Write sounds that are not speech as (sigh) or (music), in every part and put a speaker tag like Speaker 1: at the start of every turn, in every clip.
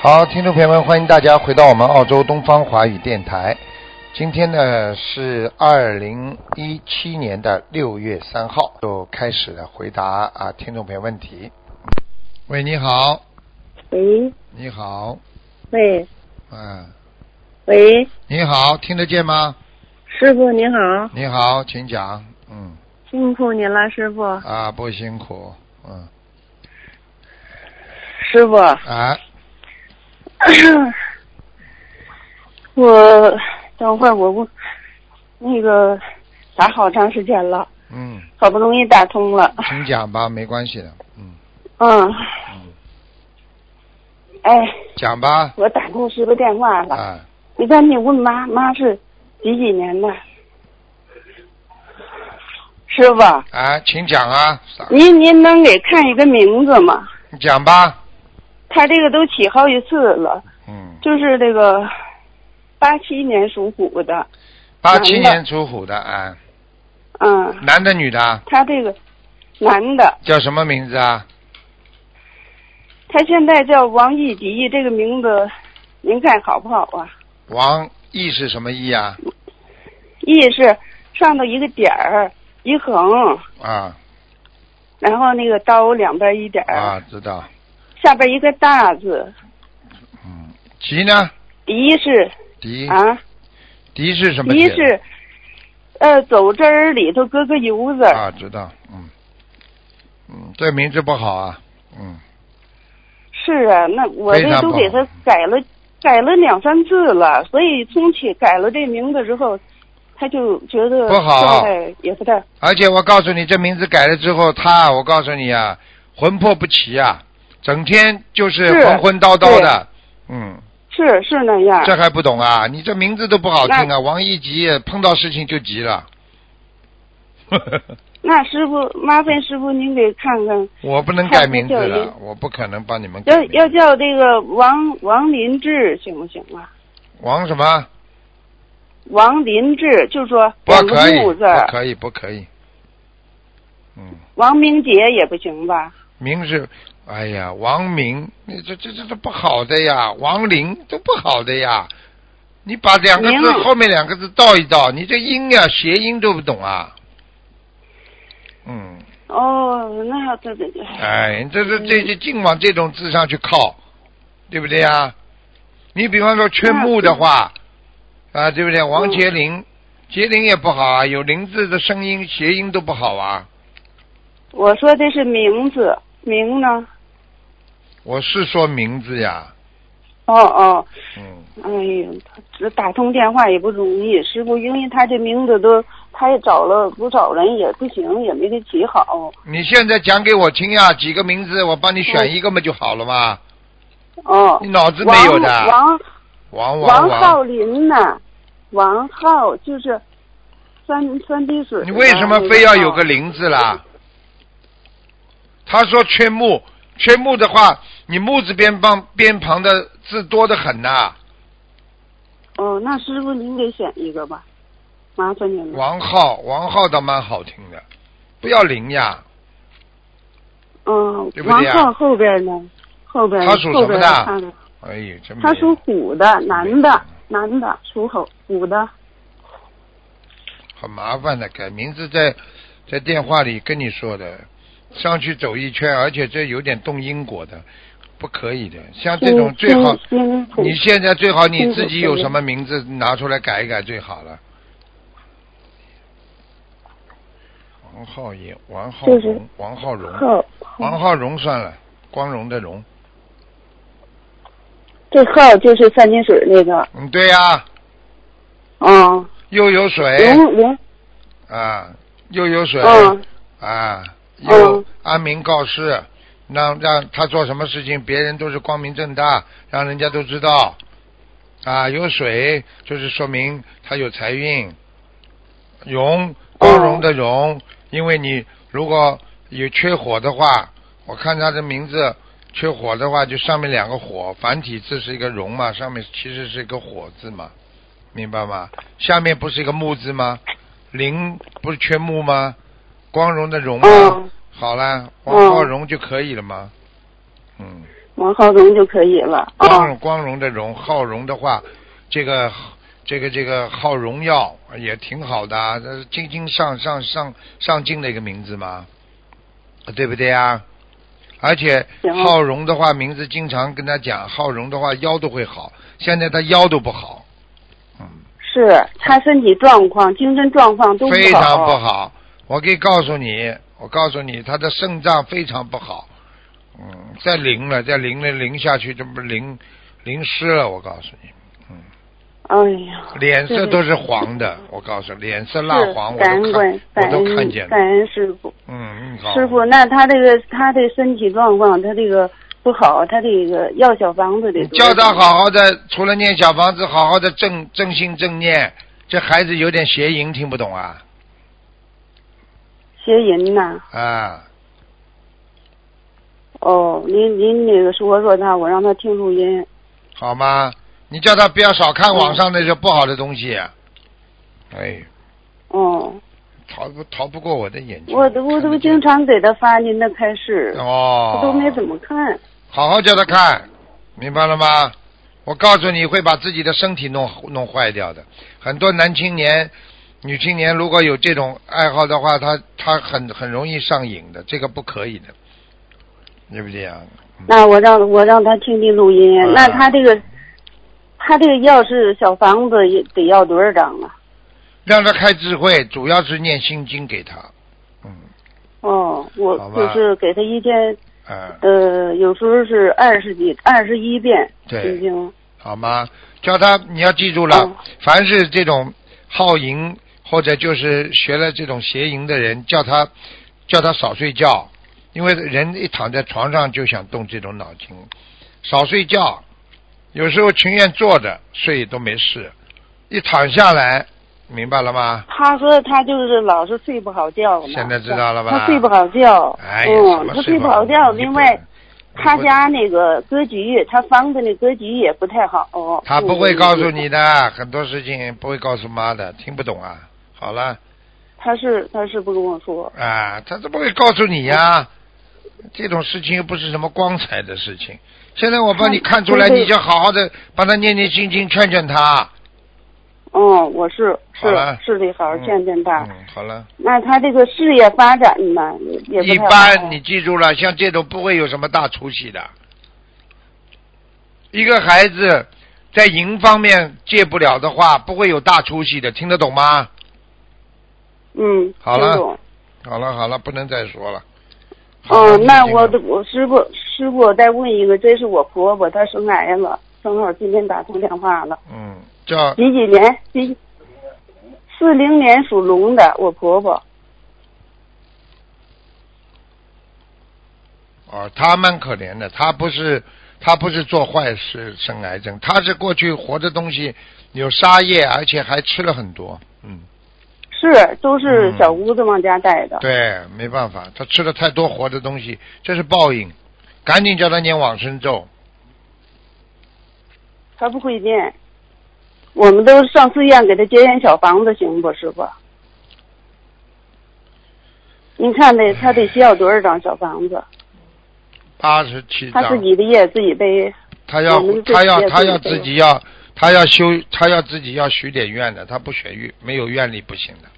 Speaker 1: 好，听众朋友们，欢迎大家回到我们澳洲东方华语电台。今天呢是二零一七年的六月三号，就开始了回答啊听众朋友问题。喂，你好，
Speaker 2: 喂
Speaker 1: 你好，
Speaker 2: 喂
Speaker 1: 嗯，
Speaker 2: 喂，
Speaker 1: 你好，听得见吗？
Speaker 2: 师傅您好，
Speaker 1: 你好，请讲。嗯，
Speaker 2: 辛苦您了，师傅。
Speaker 1: 啊，不辛苦。嗯，
Speaker 2: 师傅，
Speaker 1: 啊，
Speaker 2: (coughs) 我等会儿我问，那个打好长时间了，
Speaker 1: 嗯，
Speaker 2: 好不容易打通了。
Speaker 1: 请讲吧，没关系的。嗯
Speaker 2: 嗯，
Speaker 1: 嗯，
Speaker 2: 哎，
Speaker 1: 讲吧。
Speaker 2: 我打通师傅电话了。
Speaker 1: 啊，
Speaker 2: 你赶紧问妈，妈是几几年的？师傅，
Speaker 1: 啊，请讲啊，傻
Speaker 2: 您您能给看一个名字吗？
Speaker 1: 你讲吧。
Speaker 2: 他这个都起好几次了。
Speaker 1: 嗯，
Speaker 2: 就是这个八七年属虎的，
Speaker 1: 八七
Speaker 2: 男的
Speaker 1: 年属虎的啊，
Speaker 2: 嗯，
Speaker 1: 男的女的啊，
Speaker 2: 他这个男的，
Speaker 1: 叫什么名字啊？
Speaker 2: 他现在叫王义吉，这个名字您看好不好啊？
Speaker 1: 王毅是什么毅啊？
Speaker 2: 义是上头一个点儿一横，
Speaker 1: 啊
Speaker 2: 然后那个刀两边一点儿，
Speaker 1: 啊，知道。
Speaker 2: 下边一个大字，
Speaker 1: 嗯，吉呢？
Speaker 2: 迪是
Speaker 1: 迪
Speaker 2: 啊，
Speaker 1: 迪是嗯什么
Speaker 2: 迪
Speaker 1: 姐？
Speaker 2: 是呃走之儿里头搁个油字儿，
Speaker 1: 啊，知道。嗯嗯，这名字不好啊。嗯，
Speaker 2: 是啊，那我
Speaker 1: 非
Speaker 2: 这
Speaker 1: 常
Speaker 2: 都
Speaker 1: 不
Speaker 2: 给
Speaker 1: 好
Speaker 2: 他改了，改了两三次了，所以从起改了这名字之后，他就觉得
Speaker 1: 不好
Speaker 2: 状态也不太
Speaker 1: 而且我告诉你，这名字改了之后，他我告诉你啊，魂魄不齐啊，整天就是
Speaker 2: 是
Speaker 1: 浑浑叨叨的。嗯，
Speaker 2: 是是那样。
Speaker 1: 这还不懂啊？你这名字都不好听啊！
Speaker 2: 那
Speaker 1: 王一急，碰到事情就急了。
Speaker 2: 那师傅，麻烦师傅您给看看，
Speaker 1: 我不能改名字
Speaker 2: 还不
Speaker 1: 了
Speaker 2: 叫，
Speaker 1: 我不可能帮你们改
Speaker 2: 要
Speaker 1: 名字。
Speaker 2: 要叫这个王王林志行不行啊？
Speaker 1: 王什么？
Speaker 2: 王林志就说
Speaker 1: 不
Speaker 2: 两个
Speaker 1: 可以，
Speaker 2: 木字儿，
Speaker 1: 不可以，不可以。嗯，
Speaker 2: 王明杰也不行吧？
Speaker 1: 明是，哎呀，王明，你这这这这不好的呀，王林都不好的呀。你把两个字
Speaker 2: 明
Speaker 1: 后面两个字倒一倒，你这音呀、谐音都不懂啊。嗯，
Speaker 2: 哦，那这这
Speaker 1: 哎，这
Speaker 2: 嗯
Speaker 1: 这这这净往这种字上去靠，对不对呀？你比方说缺木的话，
Speaker 2: 嗯
Speaker 1: 啊，对不对？王杰林，杰林也不好啊，有林字的声音谐音都不好啊。
Speaker 2: 我说这是名字，名呢？
Speaker 1: 我是说名字呀，
Speaker 2: 哦哦。
Speaker 1: 嗯，
Speaker 2: 哎呀，这打通电话也不容易，师傅，因为他这名字都，他也找了不少人，也不行，也没给起好。
Speaker 1: 你现在讲给我听呀，几个名字我帮你
Speaker 2: 嗯
Speaker 1: 选一个嘛就好了嘛。
Speaker 2: 哦，
Speaker 1: 你脑子没有的
Speaker 2: 王
Speaker 1: 王
Speaker 2: 王
Speaker 1: 王，
Speaker 2: 浩林呢？王浩就是三三滴水。
Speaker 1: 你为什么非要有个？林字啦？他说缺木，缺木的话，你木字边旁边旁的字多得很呐、
Speaker 2: 哦，那师傅您给选一个吧，麻烦您了。
Speaker 1: 王浩，王浩倒蛮好听的，不要林呀。
Speaker 2: 嗯
Speaker 1: 对，不
Speaker 2: 哦王
Speaker 1: 对呀
Speaker 2: 浩后边呢？后边
Speaker 1: 他属什么的
Speaker 2: 后边看看
Speaker 1: 哎呦，真没
Speaker 2: 他属虎的，男的
Speaker 1: 嗯，
Speaker 2: 男的属虎虎的。
Speaker 1: 很麻烦的，改名字在在电话里跟你说的，上去走一圈，而且这有点动因果的，不可以的。像这种最好，
Speaker 2: 辛辛苦
Speaker 1: 你现在最好你自己
Speaker 2: 辛苦
Speaker 1: 有什么名字拿出来改一改最好了。王浩也，王浩
Speaker 2: 就
Speaker 1: 荣
Speaker 2: 是，
Speaker 1: 王浩荣，
Speaker 2: 浩
Speaker 1: 王浩荣算了，光荣的荣。
Speaker 2: 这浩就是三点水那个，
Speaker 1: 嗯，对呀、
Speaker 2: 嗯，
Speaker 1: 又有水
Speaker 2: 龙龙，
Speaker 1: 啊，又有水。
Speaker 2: 嗯，
Speaker 1: 啊，又
Speaker 2: 嗯
Speaker 1: 安民告示，让让他做什么事情，别人都是光明正大，让人家都知道。啊，有水就是说明他有财运，荣光荣的
Speaker 2: 嗯
Speaker 1: 荣，因为你如果有缺火的话，我看他的名字缺火的话，就上面两个火，繁体字是一个荣嘛，上面其实是一个火字嘛，明白吗？下面不是一个木字吗？林不是缺木吗？光荣的荣吗？
Speaker 2: 嗯
Speaker 1: 好啦，
Speaker 2: 嗯
Speaker 1: 王浩荣就可以了吗？嗯，
Speaker 2: 王浩荣就可以了
Speaker 1: 光
Speaker 2: 啊
Speaker 1: 荣光荣的荣，浩荣的话，这个这个这个浩荣耀也挺好的、啊，这是精精上上上上进的一个名字嘛，对不对啊？而且
Speaker 2: 行
Speaker 1: 浩荣的话，名字经常跟他讲，浩荣的话腰都会好，现在他腰都不好，嗯
Speaker 2: 是他身体状况、精神状况都
Speaker 1: 非
Speaker 2: 好，
Speaker 1: 常不好。我可以告诉你，我告诉你，他的肾脏非常不好，嗯，再淋了，再淋了，淋下去，这不淋淋湿了，我告诉你。
Speaker 2: 哎呀，
Speaker 1: 脸色都是黄的，我告诉你，脸色蜡
Speaker 2: 是
Speaker 1: 黄，我
Speaker 2: 感
Speaker 1: 都
Speaker 2: 恩
Speaker 1: 看
Speaker 2: 观，，
Speaker 1: 我
Speaker 2: 感
Speaker 1: 都
Speaker 2: 恩
Speaker 1: 看见了
Speaker 2: 感。恩师傅。
Speaker 1: 嗯，你好，
Speaker 2: 师傅，那他这个他的身体状况，他这个不好，他这个要小房子得
Speaker 1: 你
Speaker 2: 多
Speaker 1: 叫
Speaker 2: 少
Speaker 1: 他好好的，除了念小房子，好好的正正心正念。这孩子有点邪淫，听不懂啊
Speaker 2: 邪淫呐。
Speaker 1: 啊！
Speaker 2: 哦，您您那个说说他，我让他听录音。
Speaker 1: 好吗？你叫他不要少看网上那些不好的东西、啊
Speaker 2: 嗯
Speaker 1: 哎，
Speaker 2: 哦，
Speaker 1: 逃不逃不过我的眼睛。
Speaker 2: 我都我
Speaker 1: 看
Speaker 2: 都
Speaker 1: 得见
Speaker 2: 经常给他发您的开示，
Speaker 1: 哦
Speaker 2: 我，都没怎么看。
Speaker 1: 好好叫他看，明白了吗？我告诉你会把自己的身体弄弄坏掉的。很多男青年、女青年如果有这种爱好的话，他他很很容易上瘾的，这个不可以的，对不对啊？
Speaker 2: 那我让我让他听听录音。
Speaker 1: 嗯
Speaker 2: 那他这个他这个要是小房子也得要多少张啊？
Speaker 1: 让他开智慧，主要是念心经给他。嗯，
Speaker 2: 哦，我
Speaker 1: 好吧
Speaker 2: 就是给他一天，
Speaker 1: 啊、
Speaker 2: 呃，有时候是二十几、二十一遍心
Speaker 1: 对，
Speaker 2: 经。
Speaker 1: 好吗？叫他你要记住了，
Speaker 2: 嗯
Speaker 1: 凡是这种好淫或者就是学了这种邪淫的人，叫他叫他少睡觉，因为人一躺在床上就想动这种脑筋，少睡觉，有时候情愿坐着睡都没事，一躺下来，明白了吗？
Speaker 2: 他说他就是老是睡不好觉嘛。
Speaker 1: 现在知道了吧
Speaker 2: 他睡不好觉。
Speaker 1: 哎呀，什
Speaker 2: 嗯，
Speaker 1: 么
Speaker 2: 他
Speaker 1: 睡
Speaker 2: 睡不好觉。
Speaker 1: 你不
Speaker 2: 另外，他家那个格局，他房子那格局也不太好。
Speaker 1: 他不会
Speaker 2: 嗯
Speaker 1: 告诉你的，很多事情不会告诉妈的，听不懂啊。好了。
Speaker 2: 他是他是不跟我说。
Speaker 1: 啊，他怎么会告诉你呀、这种事情又不是什么光彩的事情。现在我帮你看出来，
Speaker 2: 看对对
Speaker 1: 你就好好的帮他念念心经，劝劝他。
Speaker 2: 嗯，我是是
Speaker 1: 好了
Speaker 2: 是得好好劝劝他。
Speaker 1: 嗯，好了。
Speaker 2: 那他这个事业发展呢，也不
Speaker 1: 一
Speaker 2: 太好
Speaker 1: 般你记住了，像这种不会有什么大出息的。一个孩子在淫方面戒不了的话，不会有大出息的，听得懂吗？
Speaker 2: 嗯，
Speaker 1: 好了
Speaker 2: 听懂
Speaker 1: 好了好了，不能再说了。好
Speaker 2: 哦，那
Speaker 1: 你这个
Speaker 2: 我的我师傅师傅，我再问一个，这是我婆婆，她生癌了，正好今天打通电话了。
Speaker 1: 嗯，叫
Speaker 2: 几几年？几？四零年属龙的，我婆婆。
Speaker 1: 哦，他蛮可怜的，他不是他不是做坏事生癌症，他是过去活的东西有杀业，而且还吃了很多。嗯，
Speaker 2: 是，都是小姑子往家带的。
Speaker 1: 对，没办法，他吃了太多活的东西，这是报应。赶紧叫他念往生咒，
Speaker 2: 她不会念。我们都上寺院给她结缘小房子，行不，师傅？您看得她得需要多少张小房子？
Speaker 1: 八十七
Speaker 2: 她自
Speaker 1: 章，
Speaker 2: 己的业自己背。
Speaker 1: 他要
Speaker 2: 我们自己
Speaker 1: 他要
Speaker 2: 也
Speaker 1: 他要
Speaker 2: 自己
Speaker 1: 自己要他要修他要自己要许点愿的，他不许愿没有愿力不行的。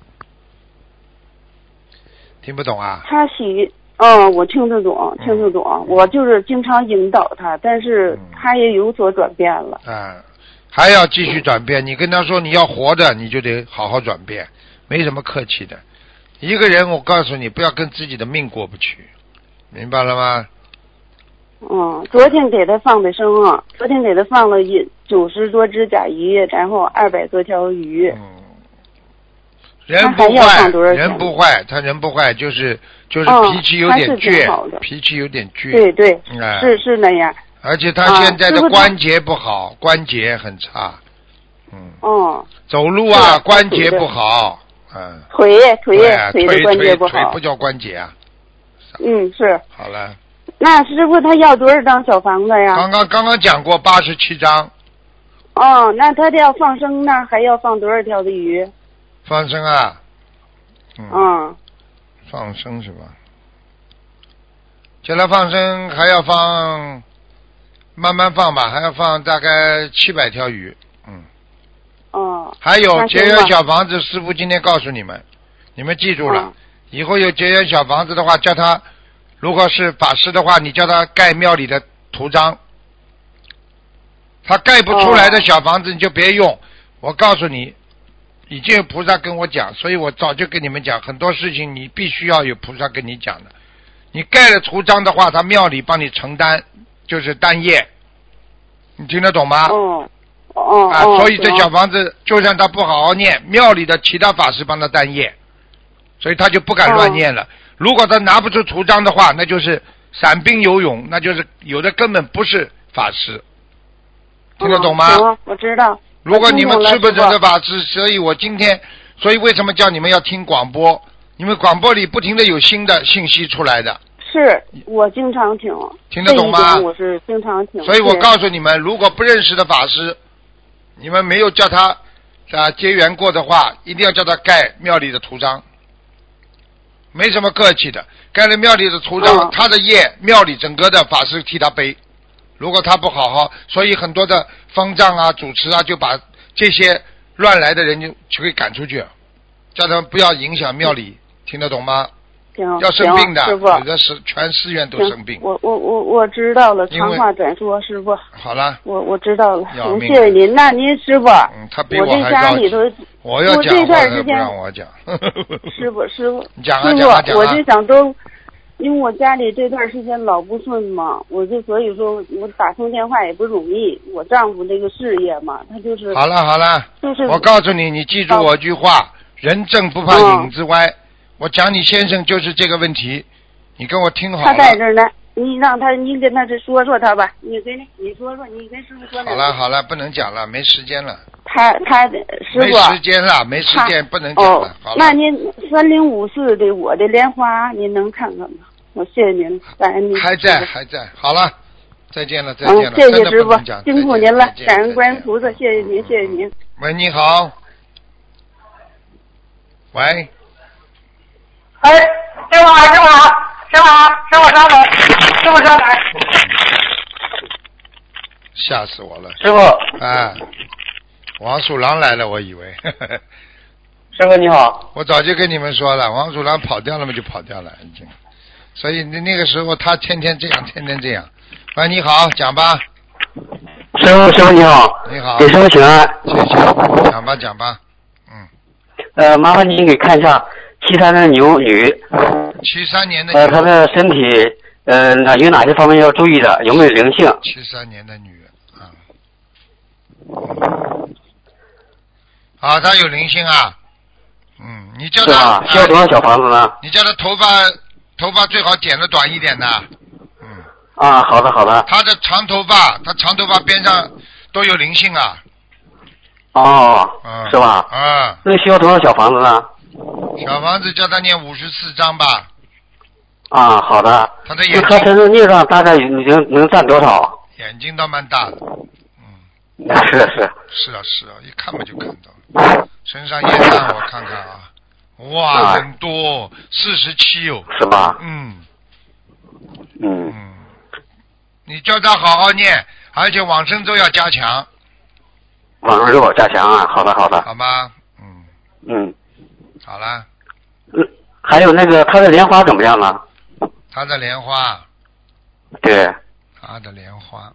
Speaker 1: 听不懂啊？
Speaker 2: 她喜，嗯，我听得懂，听得懂。我就是经常引导她，但是
Speaker 1: 嗯
Speaker 2: 她也有所转变了。
Speaker 1: 啊，还要继续转变。你跟他说你要活着，你就得好好转变，没什么客气的。一个人，我告诉你，不要跟自己的命过不去，明白了吗？
Speaker 2: 嗯，昨天给他放的生啊，昨天给他放了一九十多只甲鱼，然后二百多条鱼。
Speaker 1: 嗯。人
Speaker 2: 他
Speaker 1: 不
Speaker 2: 还要
Speaker 1: 坏，
Speaker 2: 放多少钱
Speaker 1: 人不坏，他人不坏，就是就是
Speaker 2: 哦
Speaker 1: 脾气有
Speaker 2: 他
Speaker 1: 点
Speaker 2: 是挺好
Speaker 1: 倔，
Speaker 2: 的
Speaker 1: 脾气有点倔，
Speaker 2: 对对，
Speaker 1: 哎
Speaker 2: 是是那样。
Speaker 1: 而且他
Speaker 2: 啊
Speaker 1: 现在
Speaker 2: 师
Speaker 1: 的
Speaker 2: 傅他
Speaker 1: 关节不好，关节很差，嗯，
Speaker 2: 哦，
Speaker 1: 走路
Speaker 2: 是
Speaker 1: 啊
Speaker 2: 的
Speaker 1: 关节
Speaker 2: 对的
Speaker 1: 不好，嗯，
Speaker 2: 腿腿
Speaker 1: 对啊，
Speaker 2: 腿
Speaker 1: 腿
Speaker 2: 的关节
Speaker 1: 腿
Speaker 2: 不
Speaker 1: 腿
Speaker 2: 好
Speaker 1: 不。叫关节啊，
Speaker 2: 嗯，是。
Speaker 1: 好了。
Speaker 2: 那师傅他要多少张小房子呀？
Speaker 1: 刚刚刚刚讲过八十七章
Speaker 2: 哦，那他这要放生呢，还要放多少条的鱼？
Speaker 1: 放生啊，嗯，
Speaker 2: 嗯，
Speaker 1: 放生是吧？叫他放生还要放慢慢放吧，还要放大概七百条鱼。嗯，
Speaker 2: 哦，
Speaker 1: 还有
Speaker 2: 那
Speaker 1: 节
Speaker 2: 行
Speaker 1: 约
Speaker 2: 吧
Speaker 1: 小房子，师傅今天告诉你们，你们记住了。
Speaker 2: 嗯
Speaker 1: 以后有结缘小房子的话，叫他如果是法师的话，你叫他盖庙里的图章。他盖不出来的
Speaker 2: 哦
Speaker 1: 小房子你就别用。我告诉你，已经有菩萨跟我讲，所以我早就跟你们讲，很多事情你必须要有菩萨跟你讲的。你盖了图章的话，他庙里帮你承担，就是单业。你听得懂吗？
Speaker 2: 哦，哦，
Speaker 1: 啊，
Speaker 2: 哦
Speaker 1: 所以这
Speaker 2: 行
Speaker 1: 小房子就算他不好好念，庙里的其他法师帮他担业，所以他就不敢
Speaker 2: 哦
Speaker 1: 乱念了。如果他拿不出图章的话，那就是散兵游勇，那就是有的根本不是法师，听得懂吗？
Speaker 2: 嗯行啊我知道。
Speaker 1: 如果你们吃不
Speaker 2: 我听懂
Speaker 1: 准
Speaker 2: 了
Speaker 1: 的法师，所以我今天，所以为什么叫你们要听广播？你们广播里不停的有新的信息出来的，
Speaker 2: 是我经常听，
Speaker 1: 听得懂吗
Speaker 2: 这一点我是经常听，
Speaker 1: 所以我
Speaker 2: 对
Speaker 1: 告诉你们，如果不认识的法师，你们没有叫他啊结缘过的话，一定要叫他盖庙里的图章，没什么客气的。盖了庙里的图章，
Speaker 2: 嗯
Speaker 1: 他的业庙里整个的法师替他背。如果他不好好，所以很多的方丈啊、主持啊，就把这些乱来的人就就给赶出去，叫他们不要影响庙里，听得懂吗？
Speaker 2: 行，
Speaker 1: 要生病的，
Speaker 2: 嗯行师傅，
Speaker 1: 有的是全寺院都
Speaker 2: 行
Speaker 1: 生病。
Speaker 2: 我我我我知道了，
Speaker 1: 因为
Speaker 2: 长话短说，师傅，
Speaker 1: 好了，
Speaker 2: 我我知道了，
Speaker 1: 要
Speaker 2: 我
Speaker 1: 命
Speaker 2: 谢谢您。那您师傅，
Speaker 1: 嗯，他比
Speaker 2: 我
Speaker 1: 我
Speaker 2: 这
Speaker 1: 还
Speaker 2: 家
Speaker 1: 着
Speaker 2: 里
Speaker 1: 急
Speaker 2: 头。，
Speaker 1: 我要
Speaker 2: 我
Speaker 1: 讲话
Speaker 2: 这段
Speaker 1: 他
Speaker 2: 时
Speaker 1: 不
Speaker 2: 间
Speaker 1: 让我讲。
Speaker 2: (laughs)
Speaker 1: (laughs)
Speaker 2: 师傅师傅，
Speaker 1: 你讲啊
Speaker 2: 师
Speaker 1: 讲啊讲
Speaker 2: 傅，我
Speaker 1: 啊
Speaker 2: 就！想都，因为我家里这段时间老不顺嘛，我就所以说我打通电话也不容易。我丈夫这个事业嘛，他就是
Speaker 1: 好了好了，
Speaker 2: 就是
Speaker 1: 我告诉你，你记住
Speaker 2: 到
Speaker 1: 我句
Speaker 2: 嗯
Speaker 1: 话：人正不怕影子歪。我讲你先生就是这个问题，你跟我听好
Speaker 2: 他在
Speaker 1: 了。
Speaker 2: 这儿呢，你让他，你跟他说说他吧，你跟你说说，你跟师傅说两句
Speaker 1: 好了好了，不能讲了，没时间了，
Speaker 2: 他他师
Speaker 1: 没
Speaker 2: 傅啊
Speaker 1: 时间了，没时间，不能讲
Speaker 2: 哦
Speaker 1: 了。好，了
Speaker 2: 那，您三零五四的我的莲花，您能看看吗？我谢谢您，感恩您。
Speaker 1: 还在还在。好了，再见了再
Speaker 2: 嗯
Speaker 1: 见了，，
Speaker 2: 谢
Speaker 1: 真
Speaker 2: 谢
Speaker 1: 的
Speaker 2: 师
Speaker 1: 不
Speaker 2: 傅
Speaker 1: 能讲，
Speaker 2: 辛苦
Speaker 1: 再见
Speaker 2: 您了
Speaker 1: 再，见
Speaker 2: 感恩
Speaker 1: 再
Speaker 2: 观
Speaker 1: 见
Speaker 2: 世菩萨，谢谢您，谢谢您。
Speaker 1: 喂，你好。喂，
Speaker 3: 哎，师傅好，师傅好，师傅好，师傅稍等，师傅稍等。
Speaker 1: 吓死我了。
Speaker 3: 师傅，
Speaker 1: 啊，王鼠狼来了，我以为， (laughs)
Speaker 3: 师傅你好。
Speaker 1: 我早就跟你们说了，王鼠狼跑掉了嘛，就跑掉了，已经。所以那那个时候他天天这样，天天这样。喂，你好，讲吧，
Speaker 3: 师傅，师傅你好。
Speaker 1: 你好
Speaker 3: 给师傅请安。
Speaker 1: 谢谢，讲吧，讲吧。嗯，
Speaker 3: 呃，麻烦您给看一下七三的牛女，
Speaker 1: 七三年的
Speaker 3: 呃，她
Speaker 1: 女，
Speaker 3: 的身体，呃，哪有哪些方面要注意的？有没有灵性？
Speaker 1: 七三年的女人啊。啊，她有灵性啊。嗯，你叫
Speaker 3: 是
Speaker 1: 她，
Speaker 3: 吧？需要多
Speaker 1: 啊
Speaker 3: 少小房子呢？
Speaker 1: 你叫她头发头发最好剪的短一点的。嗯。
Speaker 3: 啊，好的，好的。
Speaker 1: 他的长头发，他长头发边上都有灵性啊，
Speaker 3: 哦，
Speaker 1: 嗯，
Speaker 3: 是吧？
Speaker 1: 嗯，
Speaker 3: 那需要多少小房子呢？
Speaker 1: 小房子叫他念五十四章吧，
Speaker 3: 啊，好的。
Speaker 1: 他的
Speaker 3: 那
Speaker 1: 眼
Speaker 3: 她
Speaker 1: 睛
Speaker 3: 身上孽障大概能能占多少？ (laughs)
Speaker 1: 眼睛倒蛮大的，嗯，
Speaker 3: 是是。
Speaker 1: 是啊是啊，一看嘛就看到了，身上业障我看看啊，哇，
Speaker 3: 啊
Speaker 1: 很多，四十七哦，
Speaker 3: 是吧？
Speaker 1: 嗯
Speaker 3: 嗯，
Speaker 1: 嗯，你叫他好好念，而且往生咒要加强，
Speaker 3: 网上给我加强啊，好的好的，
Speaker 1: 好吗？嗯，
Speaker 3: 嗯，
Speaker 1: 好啦，
Speaker 3: 嗯还有那个他的莲花怎么样了？
Speaker 1: 他的莲花，
Speaker 3: 对，
Speaker 1: 他的莲花，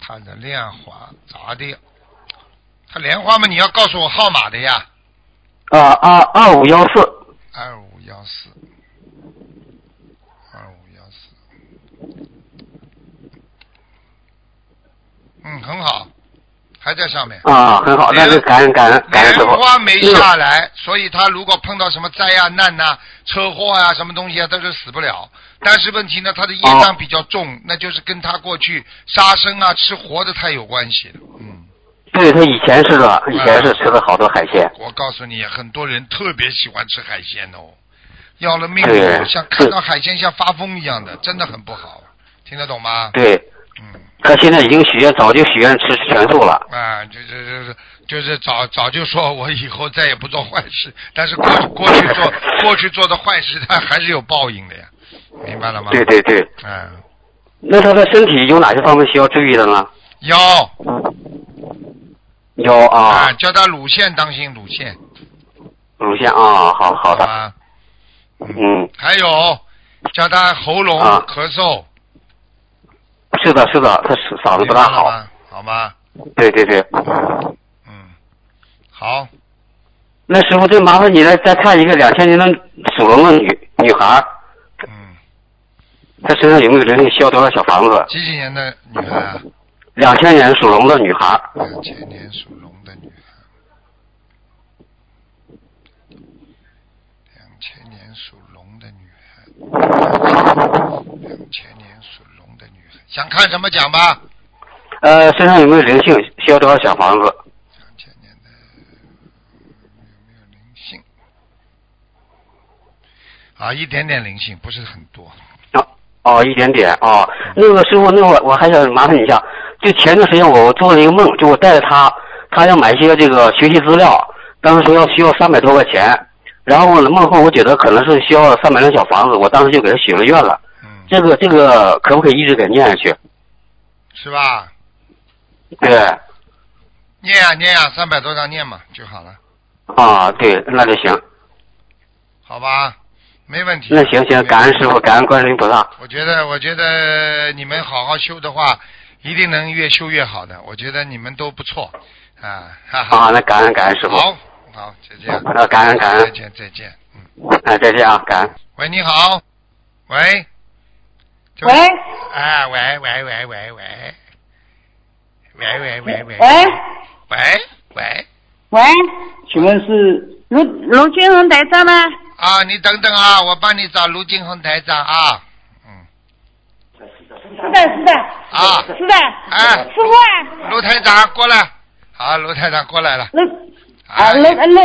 Speaker 1: 他的莲花咋的呀？他莲花嘛，你要告诉我号码的呀，
Speaker 3: 啊啊二五幺四，
Speaker 1: 二五幺四，二五幺四，嗯，很好，还在上面。
Speaker 3: 啊，很好，那就感恩感恩感恩师
Speaker 1: 莲
Speaker 3: 傅。嗯
Speaker 1: 花没下来，所以他如果碰到什么灾呀、难呐、车祸啊、什么东西啊，他就死不了。但是问题呢，他的业障比较重，那就是跟他过去杀生啊、吃活的太有关系了。嗯，
Speaker 3: 对他以前是的，以前是吃了好多海鲜，
Speaker 1: 我告诉你，很多人特别喜欢吃海鲜哦，要了命
Speaker 3: 对
Speaker 1: 哦，像看
Speaker 3: 是
Speaker 1: 到海鲜像发疯一样的，真的很不好。听得懂吗？
Speaker 3: 对
Speaker 1: 嗯。
Speaker 3: 他现在已经许愿，早就许愿吃全素了。
Speaker 1: 啊，就就就是就是早早就说我以后再也不做坏事，但是过去过去做过去做的坏事，它还是有报应的呀，明白了吗？
Speaker 3: 对对对，
Speaker 1: 嗯，
Speaker 4: 那他的身体有哪些方面需要注意的呢？
Speaker 1: 有
Speaker 4: 有
Speaker 1: 啊，
Speaker 4: 啊，
Speaker 1: 叫他乳腺当心乳腺，
Speaker 4: 乳腺啊，好好的，
Speaker 1: 吧？嗯，
Speaker 4: 嗯，
Speaker 1: 还有叫他喉咙
Speaker 4: 啊
Speaker 1: 咳嗽，
Speaker 4: 是的，是的，他是嗓子不大
Speaker 1: 明白了
Speaker 4: 好，
Speaker 1: 吗，好吗？
Speaker 4: 对对对。
Speaker 1: 嗯，好，
Speaker 4: 那师傅，再麻烦你再再看一个两千年的属龙的女女孩儿，
Speaker 1: 嗯，
Speaker 4: 她身上有没有灵性？需要多少小房子？
Speaker 1: 几几年的女孩啊？
Speaker 4: 两千年属龙的女孩儿，
Speaker 1: 两千年属龙的女孩，两千年属龙的女孩，两千年属龙的女孩，想看什么讲吧？
Speaker 4: 呃，身上有没有灵性？需要多少小房子？
Speaker 1: 两千年的呃有没有灵性？啊，一点点灵性，不是很多。
Speaker 4: 啊哦，一点点哦。那个师傅，那我我还想麻烦你一下，就前段时间我我做了一个梦，就我带着他，他要买一些这个学习资料，当时说要需要三百多块钱，然后呢梦后我觉得可能是需要三百张小房子，我当时就给他许了愿了。
Speaker 1: 嗯，
Speaker 4: 这个这个可不可以一直给念下去？
Speaker 1: 是吧？
Speaker 4: 对，
Speaker 1: 念呀、念呀、三百多张念嘛就好了，
Speaker 4: 啊对，那就行，
Speaker 1: 好吧？没问题。
Speaker 4: 那行行，感恩师傅，感恩观世音菩萨。
Speaker 1: 我觉得，我觉得你们好好修的话，一定能越修越好的。我觉得你们都不错啊，哈
Speaker 4: 啊，
Speaker 1: 哈。
Speaker 4: 那感恩感恩师傅，
Speaker 1: 好，好，就这样。
Speaker 4: 啊感恩感
Speaker 1: 再
Speaker 4: 恩，
Speaker 1: 见，再见。嗯，
Speaker 4: 哎再见啊，感恩。
Speaker 1: 喂，你好，喂，这
Speaker 3: 喂，
Speaker 1: 啊，喂喂喂喂喂，喂喂喂喂
Speaker 3: 喂，
Speaker 1: 喂喂
Speaker 3: 喂，
Speaker 5: 请问是
Speaker 3: 卢卢军红台长吗？
Speaker 1: 啊，你等等啊，我帮你找卢金红台长啊，嗯
Speaker 3: 是的，是的，
Speaker 1: 啊，
Speaker 3: 是的，
Speaker 1: 哎
Speaker 3: 师傅啊，
Speaker 1: 卢台长过来，好，卢台长过来了，
Speaker 3: 卢
Speaker 1: 啊
Speaker 3: 啊，卢卢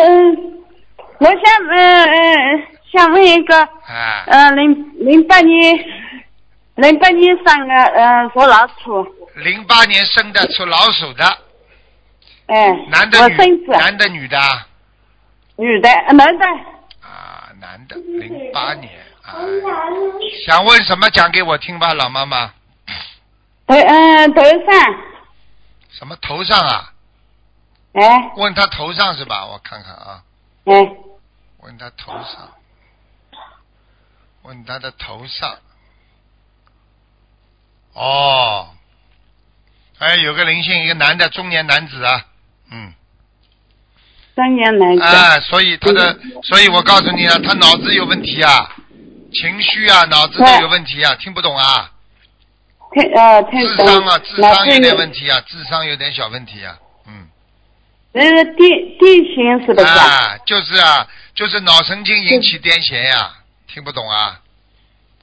Speaker 3: 卢想嗯嗯想问一个，
Speaker 1: 哎。
Speaker 3: 呃，零零八年零八年上个呃属老鼠，
Speaker 1: 零八年生的属老鼠的，
Speaker 3: 哎，
Speaker 1: 男的
Speaker 3: 我
Speaker 1: 女
Speaker 3: 孙子，
Speaker 1: 男的女的啊
Speaker 3: 女的，呃男的，
Speaker 1: 啊，男的，零八年啊，想问什么讲给我听吧，老妈妈。
Speaker 3: 头嗯、头上，
Speaker 1: 什么头上啊？
Speaker 3: 哎
Speaker 1: 问他头上是吧？我看看啊，
Speaker 3: 哎，
Speaker 1: 问他头上，问他的头上。哦，哎，有个灵性，一个男的中年男子啊，嗯。
Speaker 3: 中年男的，
Speaker 1: 哎，所以他的，所以我告诉你啊，他脑子有问题啊，情绪啊，脑子都有问题啊，听不懂啊，
Speaker 3: 听呃听
Speaker 1: 智
Speaker 3: 懂
Speaker 1: 商啊，智
Speaker 3: 脑
Speaker 1: 商
Speaker 3: 子
Speaker 1: 有点问题啊，智商有点小问题啊，嗯，
Speaker 3: 那个地地形是不是？
Speaker 1: 啊，就是啊，就是脑神经引起癫痫呀、听不懂啊。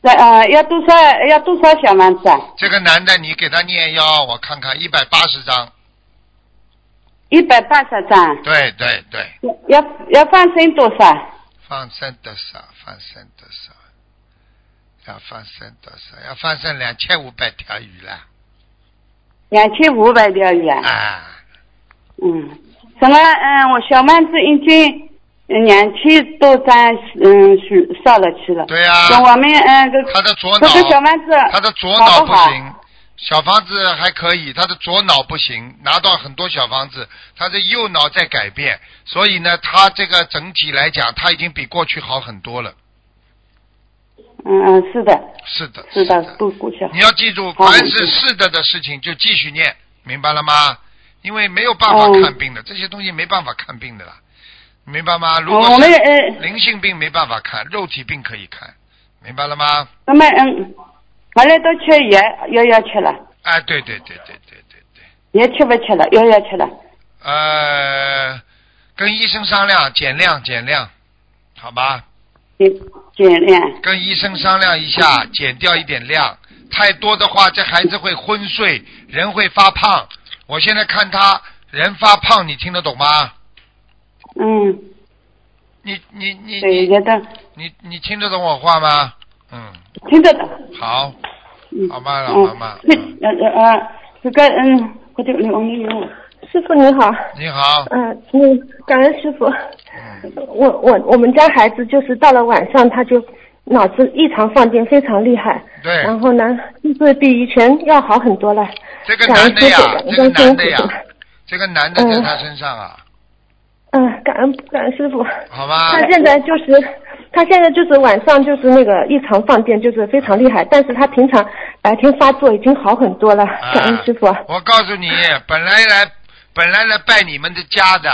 Speaker 3: 对啊、要多少要多少小房子啊？
Speaker 1: 这个男的，你给他念腰，我看看，一百八十张，
Speaker 3: 一百八十张，
Speaker 1: 对对对，
Speaker 3: 要要放生多少？
Speaker 1: 放生多少？放生多少？要放生多少？要放生两千五百条鱼了，
Speaker 3: 两千五百条鱼啊。
Speaker 1: 啊。
Speaker 3: 嗯，什么？嗯，我小曼子已经嗯两千多张，嗯，许烧了去了。
Speaker 1: 对啊呀、
Speaker 3: 那我们嗯，这
Speaker 1: 他的左
Speaker 3: 这
Speaker 1: 脑，
Speaker 3: 个小曼子，
Speaker 1: 他的左脑
Speaker 3: 不
Speaker 1: 不
Speaker 3: 好
Speaker 1: 行，小房子还可以，他的左脑不行，拿到很多小房子，他的右脑在改变，所以呢，他这个整体来讲，他已经比过去好很多了。
Speaker 3: 嗯嗯，是的，
Speaker 1: 是的，
Speaker 3: 是的，
Speaker 1: 的。
Speaker 3: 不不小。
Speaker 1: 你要记住，凡
Speaker 3: 好我
Speaker 1: 是
Speaker 3: 知道
Speaker 1: 是的的事情就继续念，明白了吗？因为没有办法
Speaker 3: 哦
Speaker 1: 看病的，这些东西没办法看病的啦，明白吗？如
Speaker 3: 我
Speaker 1: 果
Speaker 3: 们
Speaker 1: 是
Speaker 3: 嗯，
Speaker 1: 灵性病没办法看，肉体病可以看，明白了吗？
Speaker 3: 我们嗯，后来都吃药，药要吃了，
Speaker 1: 哎，对对对对对对对。
Speaker 3: 也吃不吃了，药要吃了。
Speaker 1: 呃，跟医生商量减量减量，好吧？
Speaker 3: 减减量，
Speaker 1: 跟医生商量一下，减掉一点量，太多的话，这孩子会昏睡，人会发胖。我现在看他人发胖，你听得懂吗？
Speaker 3: 嗯，
Speaker 1: 你你你
Speaker 3: 对，
Speaker 1: 你
Speaker 3: 觉得
Speaker 1: 你你听得懂我话吗？嗯，
Speaker 3: 听得懂。
Speaker 1: 好，
Speaker 3: 嗯
Speaker 1: 好吧，老妈
Speaker 3: 嗯
Speaker 1: 妈，，
Speaker 3: 那呃呃呃，这个嗯，我这个我们有，
Speaker 6: 师傅你好，
Speaker 1: 你好，
Speaker 6: 嗯、嗯，感恩师傅。
Speaker 1: 嗯
Speaker 6: (laughs) 我我我们家孩子就是到了晚上他就脑子异常放电，非常厉害。
Speaker 1: 对
Speaker 7: 嗯
Speaker 6: 然后呢，就是比以前要好很多了。
Speaker 1: 这个
Speaker 6: 感恩
Speaker 1: 男的呀
Speaker 6: 师傅，
Speaker 1: 这个男
Speaker 6: 感恩
Speaker 1: 的呀
Speaker 6: 师傅，
Speaker 1: 这个男的在他身上啊，
Speaker 6: 嗯，感恩感恩师傅。
Speaker 1: 好吗？
Speaker 6: 他现在就是，他现在就是晚上就是那个异常放电，就是非常厉害。但是他平常白天发作已经好很多了，
Speaker 7: 嗯
Speaker 1: 啊
Speaker 6: 感恩师傅。
Speaker 1: 我告诉你，本来来本来来拜你们的家的，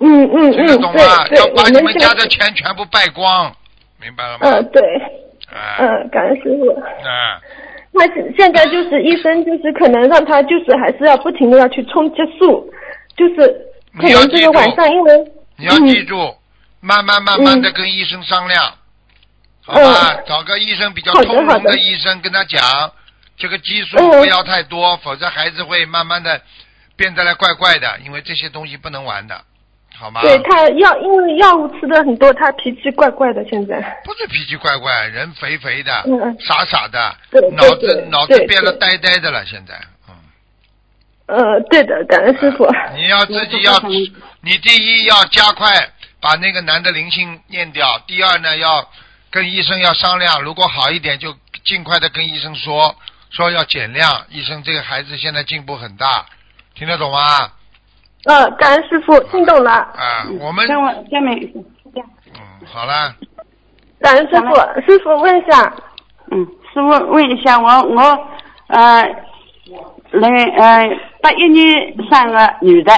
Speaker 6: 嗯嗯
Speaker 1: 听
Speaker 6: 嗯
Speaker 1: 得，懂吗？
Speaker 6: (laughs) 对
Speaker 1: 要
Speaker 6: 对，
Speaker 1: 把
Speaker 6: 我
Speaker 1: 你
Speaker 6: 们
Speaker 1: 们
Speaker 6: 现
Speaker 1: 家
Speaker 6: 在
Speaker 1: 的钱全部败光，明白了吗？
Speaker 6: 嗯对，
Speaker 1: 啊
Speaker 6: 嗯，感恩师傅。
Speaker 1: 啊，
Speaker 6: 他现现在就是医生，就是可能让他就是还是要不停的要去冲激素，就是可
Speaker 1: 你要
Speaker 6: 能
Speaker 1: 记
Speaker 6: 这
Speaker 1: 住
Speaker 6: 个晚上因为
Speaker 1: 你要记住，慢慢慢慢的跟医生商量，好吧
Speaker 6: 嗯？
Speaker 1: 找个医生比较
Speaker 6: 好的
Speaker 1: 通融
Speaker 6: 好的
Speaker 1: 医生，跟他讲，这个激素
Speaker 6: 嗯
Speaker 1: 不要太多，否则孩子会慢慢的变得来怪怪的，因为这些东西不能玩的，好吗？
Speaker 6: 对他药因为药物吃的很多，他脾气怪怪的现在。
Speaker 1: 不是脾气怪怪，人肥肥的，
Speaker 6: 嗯嗯
Speaker 1: 傻傻的
Speaker 6: 对，对
Speaker 1: 脑子
Speaker 6: 对
Speaker 1: 脑子
Speaker 6: 对
Speaker 1: 变得
Speaker 6: 对
Speaker 1: 呆呆的了。现在，嗯，
Speaker 6: 呃，对的，感恩师傅。
Speaker 1: (laughs) 啊你要自己要，你第一要加快把那个男的灵性念掉，第二呢要跟医生要商量，如果好一点就尽快的跟医生说，说要减量。医生这个孩子现在进步很大，听得懂吗？
Speaker 6: 呃，感恩师傅，听懂了。
Speaker 1: 啊，我们
Speaker 3: 像我下面，
Speaker 1: 嗯，好了，
Speaker 6: 感恩师傅，师傅问一下，
Speaker 3: 嗯，师傅问一下，我我呃，那个呃，八一年三个女的，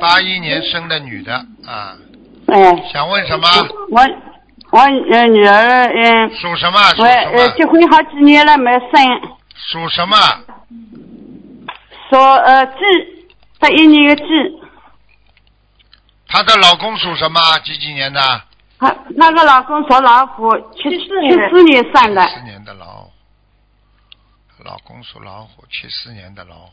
Speaker 1: 八一年生的女的啊，
Speaker 3: 哎，
Speaker 1: 想问什么？
Speaker 3: 我我呃女儿嗯、
Speaker 1: 属什么？属
Speaker 3: 我
Speaker 1: 什么？
Speaker 3: 呃结婚好几年了没生，
Speaker 1: 属什么？
Speaker 3: 说呃鸡，八一年的鸡，
Speaker 1: 她的老公属什么？几几年的？
Speaker 3: 她那个老公属老虎，七七四年生的，
Speaker 1: 四年的老虎，老公属老虎，七四年的老虎，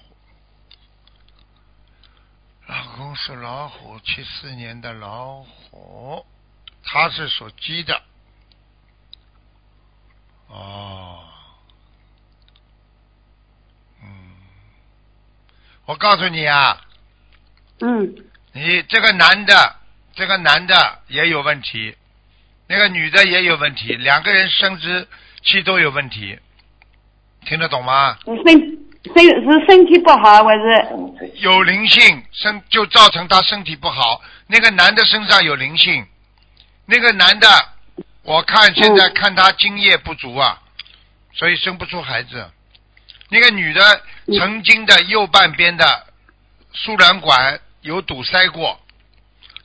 Speaker 1: 老公属老虎，七四年的老虎，他是属鸡的。哦，嗯，我告诉你啊，
Speaker 3: 嗯，
Speaker 1: 你这个男的，这个男的也有问题，那个女的也有问题，两个人生殖器都有问题，听得懂吗？
Speaker 3: 身身是身体不好还是
Speaker 1: 有灵性，身就造成他身体不好。那个男的身上有灵性，那个男的，我看现在看他精液不足啊，所以生不出孩子。那个女的曾经的右半边的输卵管有堵塞过，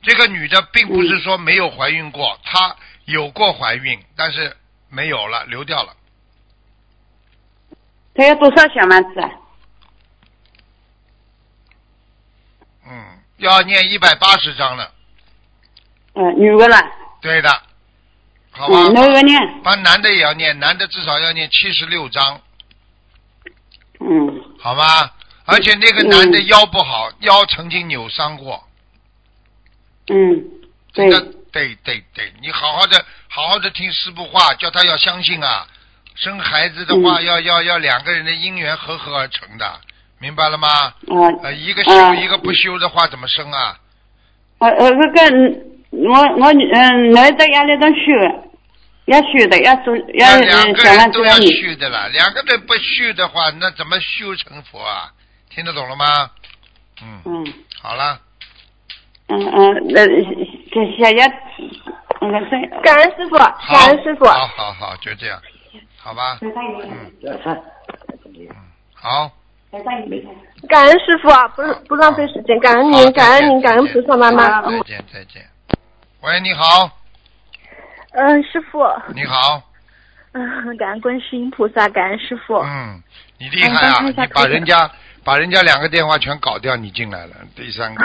Speaker 1: 这个女的并不是说没有怀孕过，她有过怀孕，但是没有了，流掉了。
Speaker 3: 她要多少小房子啊？
Speaker 1: 嗯，要念一百八十章了，
Speaker 3: 呃，女的啦，
Speaker 1: 对的，好吧？
Speaker 3: 嗯，那个呢？
Speaker 1: 把男的也要念，男的至少要念七十六章，
Speaker 3: 嗯，
Speaker 1: 好吗？而且那个男的腰不好，腰曾经扭伤过，
Speaker 3: 嗯，
Speaker 1: 这
Speaker 3: 对，
Speaker 1: 个对对对，你好好的好好的听师傅话，叫他要相信啊，生孩子的话、
Speaker 3: 嗯
Speaker 1: 要要要两个人的姻缘和合而成的，明白了吗？
Speaker 3: 呃，
Speaker 1: 呃，一个修、
Speaker 3: 嗯
Speaker 1: 一个不修的话怎么生啊？
Speaker 3: 呃呃，这个嗯我我嗯，男的压力都虚，要虚的，要做要
Speaker 1: 那两
Speaker 3: 嗯
Speaker 1: 个
Speaker 3: 小
Speaker 1: 人
Speaker 3: 房
Speaker 1: 都
Speaker 3: 子
Speaker 1: 要
Speaker 3: 要你，
Speaker 1: 续的了，两个人不续的话，那怎么修成佛啊？听得懂了吗？嗯，
Speaker 3: 嗯
Speaker 1: 好了，
Speaker 3: 嗯嗯，那这想要，那个这
Speaker 6: 感恩师傅，
Speaker 1: 好
Speaker 6: 感，恩师傅。
Speaker 1: 好好好，就这样，好吧，嗯，好，
Speaker 6: 感恩师傅啊，不是不浪费时间，感恩
Speaker 1: 好
Speaker 6: 您，感恩您，感恩菩萨妈妈。嗯
Speaker 1: 再啊见再见。喂，你好，
Speaker 7: 嗯，师傅，
Speaker 1: 你好，
Speaker 7: 嗯，感恩观世音菩萨，感恩师
Speaker 6: 哦
Speaker 7: 傅。
Speaker 1: 嗯，你厉害啊，
Speaker 7: 嗯刚才
Speaker 1: 你
Speaker 7: 下
Speaker 1: 把
Speaker 7: 课
Speaker 1: 人家把人家两个电话全搞掉，你进来了，第
Speaker 6: (laughs)
Speaker 1: 三个，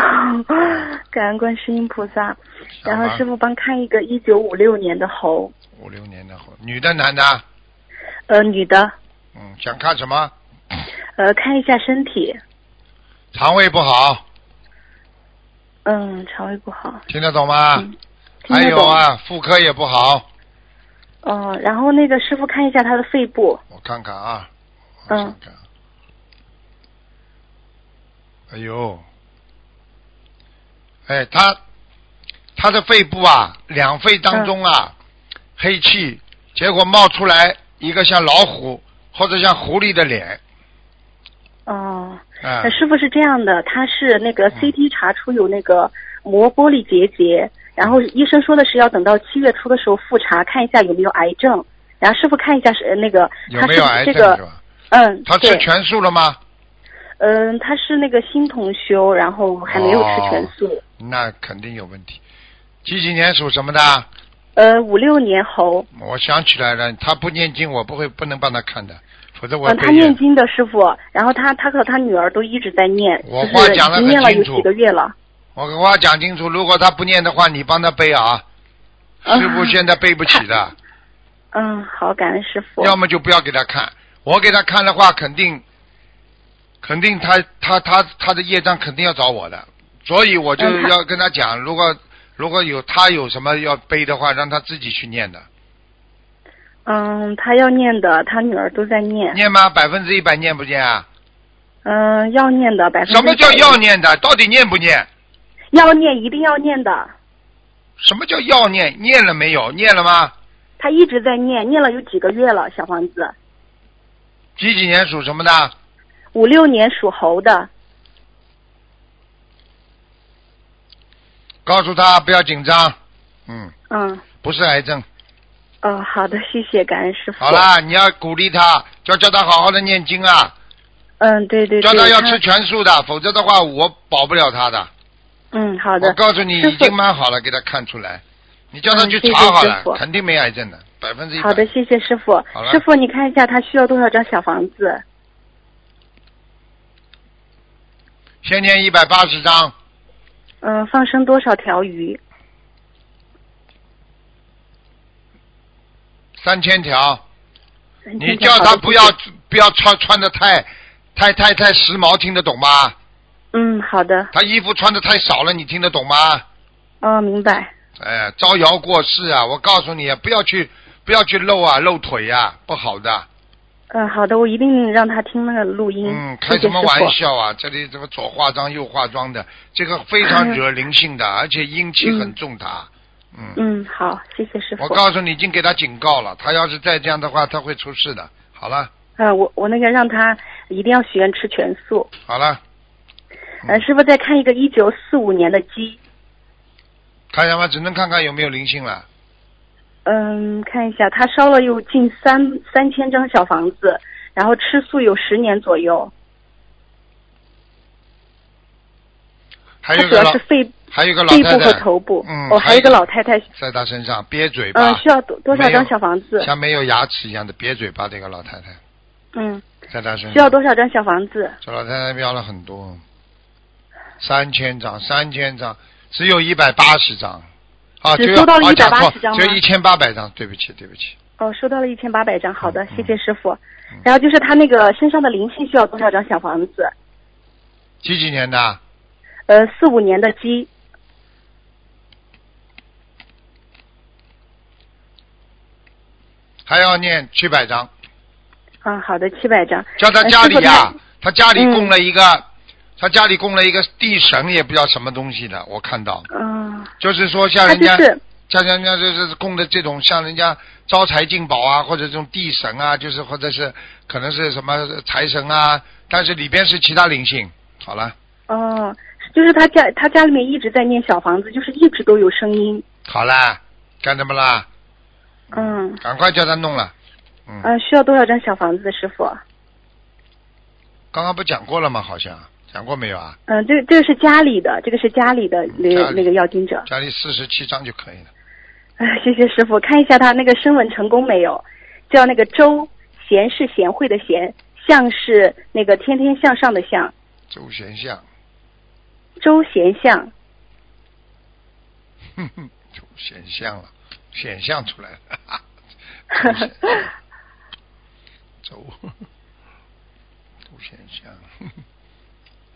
Speaker 7: (laughs) 感恩观世音菩萨，然
Speaker 1: 好吧
Speaker 7: 后师傅帮看一个一九五六年的猴，
Speaker 1: 五六年的猴，女的男的，
Speaker 7: 呃，女的，
Speaker 1: 嗯，想看什么？
Speaker 7: 呃，看一下身体，
Speaker 1: 肠胃不好，
Speaker 7: 嗯，肠胃不好，
Speaker 1: 听得懂吗？
Speaker 7: 嗯听
Speaker 1: 还
Speaker 7: 得
Speaker 1: 有
Speaker 7: 懂，
Speaker 1: 啊，妇科也不好，
Speaker 7: 嗯，然后那个师傅看一下他的肺部，
Speaker 1: 我看看啊，我
Speaker 7: 嗯
Speaker 1: 想看。哎呦，
Speaker 7: 嗯
Speaker 1: 哎，他他的肺部啊，两肺当中啊，黑气，结果冒出来一个像老虎或者像狐狸的脸，
Speaker 7: 哦，
Speaker 1: 啊、
Speaker 7: 呃师傅是这样的，他是那
Speaker 1: 嗯
Speaker 7: 个 CT 查出有那个膜玻璃结节，然后医生说的是要等到七月初的时候复查，看一下有没有癌症。然后师傅看一下是呃那个
Speaker 1: 有
Speaker 7: 他
Speaker 1: 没
Speaker 7: 是
Speaker 1: 有
Speaker 7: 不
Speaker 1: 癌
Speaker 7: 是
Speaker 1: 症
Speaker 7: 这
Speaker 1: 是
Speaker 7: 个
Speaker 1: 吧？
Speaker 7: 嗯，
Speaker 1: 他吃
Speaker 7: 对，
Speaker 1: 全素了吗？
Speaker 7: 嗯，他是那个新同修，然后还没有吃全素。
Speaker 1: 哦那肯定有问题。几几年属什么的？
Speaker 7: 呃，五六年猴，
Speaker 1: 我想起来了，他不念经，我不会不能帮他看的，否则
Speaker 7: 嗯、
Speaker 1: 我
Speaker 7: 他
Speaker 1: 被
Speaker 7: 念经的师傅，然后他他和他女儿都一直在念，
Speaker 1: 我
Speaker 7: 就
Speaker 1: 话
Speaker 7: 是已
Speaker 1: 讲得
Speaker 7: 经
Speaker 1: 很
Speaker 7: 念了
Speaker 1: 清
Speaker 7: 有
Speaker 1: 楚
Speaker 7: 几个月了。
Speaker 1: 我给话讲清楚，如果他不念的话，你帮他背啊。师傅现在背不起的，
Speaker 7: 嗯，好，感恩师傅。
Speaker 1: 要么就不要给他看。我给他看的话，肯定，肯定他他他他的业障肯定要找我的，所以我就
Speaker 7: 嗯他
Speaker 1: 要跟他讲，如果如果有他有什么要背的话，让他自己去念的，
Speaker 7: 嗯，他要念的，他女儿都在念。
Speaker 1: 念吗？百分之一百念不念啊？
Speaker 7: 嗯，要念的百分之
Speaker 1: 什么叫
Speaker 7: 百
Speaker 1: 要念的？到底念不念？
Speaker 7: 要念，一定要念的。
Speaker 1: 什么叫要念？念了没有？念了吗？
Speaker 7: 他一直在念，念了有几个月了，小房子。
Speaker 1: 几几年属什么的？
Speaker 7: 五六年属猴的，
Speaker 1: 告诉他不要紧张，嗯，
Speaker 7: 嗯，
Speaker 1: 不是癌症。
Speaker 7: 哦，好的，谢谢，感恩师傅。
Speaker 1: 好，啦，你要鼓励他，叫叫他好好的念经啊，
Speaker 7: 嗯，对对对，
Speaker 1: 叫他要吃全素的，否则的话我保不了他的。
Speaker 7: 嗯，好
Speaker 1: 我
Speaker 7: 的，
Speaker 1: 告诉你，
Speaker 7: 师
Speaker 1: 已
Speaker 7: 傅
Speaker 1: 经蛮好了，给他看出来。你叫他
Speaker 7: 嗯
Speaker 1: 去
Speaker 7: 谢谢
Speaker 1: 查好了
Speaker 7: 师，傅
Speaker 1: 肯定没癌症的，百分之一百。
Speaker 7: 好的，谢谢师傅
Speaker 1: 好了。
Speaker 7: 师傅，你看一下他需要多少张小房子？
Speaker 1: 先念一百八十张，
Speaker 7: 嗯，放生多少条鱼？
Speaker 1: 三千条。
Speaker 7: 三千
Speaker 1: 你
Speaker 7: 条
Speaker 1: 叫他
Speaker 7: 好的
Speaker 1: 不
Speaker 7: 谢
Speaker 1: 要
Speaker 7: 谢
Speaker 1: 不要穿穿的太太太太时髦，听得懂吗？
Speaker 7: 嗯，好的，
Speaker 1: 他衣服穿的太少了，你听得懂吗？
Speaker 7: 哦，明白。
Speaker 1: 哎，招摇过市啊！我告诉你，不要去不要去露啊，露腿啊，不好的。
Speaker 7: 嗯，好的，我一定让他听那个录音。
Speaker 1: 嗯，
Speaker 7: 谢
Speaker 1: 开什
Speaker 7: 谢师
Speaker 1: 么
Speaker 7: 傅。
Speaker 1: 玩笑啊！这里怎么左化妆右化妆的，这个非常
Speaker 7: 哎
Speaker 1: 惹灵性的，而且阴气很
Speaker 7: 嗯
Speaker 1: 重他。嗯，
Speaker 7: 嗯，好，谢谢师傅。
Speaker 1: 我告诉你，已经给他警告了，他要是再这样的话，他会出事的。好了，
Speaker 7: 呃，我我那个让他一定要许愿吃全素。
Speaker 1: 好了，嗯
Speaker 7: 呃，师傅再看一个一九四五年的鸡，
Speaker 1: 看什么？只能看看有没有灵性了。
Speaker 7: 嗯，看一下，他烧了有近三三千张小房子，然后吃素有十年左右，
Speaker 1: 还
Speaker 7: 他
Speaker 1: 有一
Speaker 7: 主
Speaker 1: 个
Speaker 7: 要
Speaker 1: 老
Speaker 7: 是，肺
Speaker 1: 还有一个老
Speaker 7: 肺
Speaker 1: 太
Speaker 7: 部和
Speaker 1: 太
Speaker 7: 头部，
Speaker 1: 嗯
Speaker 7: 哦，
Speaker 1: 还有
Speaker 7: 还有一个老太太，
Speaker 1: 在他身上憋嘴
Speaker 7: 嗯、
Speaker 1: 巴，
Speaker 7: 需要多多少
Speaker 1: 啊没有
Speaker 7: 张小房子？
Speaker 1: 像没有牙齿一样的憋嘴巴，这个老太太
Speaker 7: 嗯，
Speaker 1: 在他身
Speaker 7: 需要
Speaker 1: 上，
Speaker 7: 多少张小房子？
Speaker 1: 这老太太要了很多，三千张，三千张，只有一百八十张，啊，
Speaker 7: 只
Speaker 1: 就
Speaker 7: 收到了
Speaker 1: 啊
Speaker 7: 180
Speaker 1: 讲错
Speaker 7: 张
Speaker 1: 只有
Speaker 7: 吗
Speaker 1: 一千八百张，对不起，对不起，
Speaker 7: 哦，收到了一千八百张，好的
Speaker 1: 嗯，
Speaker 7: 谢谢师傅。然后就是他那个身上的灵性需要多少张小房子？
Speaker 1: 几几年的？
Speaker 7: 呃，四五年的鸡，
Speaker 1: 还要念七百张。
Speaker 7: 嗯，好的，七百张。呃
Speaker 1: 叫他家里呀、他家里
Speaker 7: 嗯
Speaker 1: 供了一个，他家里供了一个地神，也不知道什么东西的，我看到，
Speaker 7: 嗯，
Speaker 1: 就是说像
Speaker 7: 他
Speaker 1: 人
Speaker 7: 啊
Speaker 1: 家，
Speaker 7: 就是
Speaker 1: 像人家就是供的这种像人家招财进宝啊，或者这种地神啊，就是或者是可能是什么财神啊，但是里边是其他灵性。好了，
Speaker 7: 哦，就是他家他家里面一直在念小房子，就是一直都有声音。
Speaker 1: 好啦，干什么啦？
Speaker 7: 嗯，
Speaker 1: 赶快叫他弄了。嗯，
Speaker 7: 呃，需要多少张小房子，师傅？
Speaker 1: 刚刚不讲过了吗？好像讲过没有啊？
Speaker 7: 嗯、这个这个是家里的，这个是家里的那
Speaker 1: 嗯家
Speaker 7: 个
Speaker 1: 里
Speaker 7: 那个要经者。
Speaker 1: 家里四十七张就可以了。
Speaker 7: 哎、 (laughs) 谢谢师傅，看一下他那个声纹成功没有？叫那个周贤是贤惠的贤，向是那个天天向上的向，
Speaker 1: 周贤相， (laughs)
Speaker 7: 周贤向。
Speaker 1: 哼哼，出显象了，显象啊出来了。 (laughs) 出显象走，出显象。 (laughs)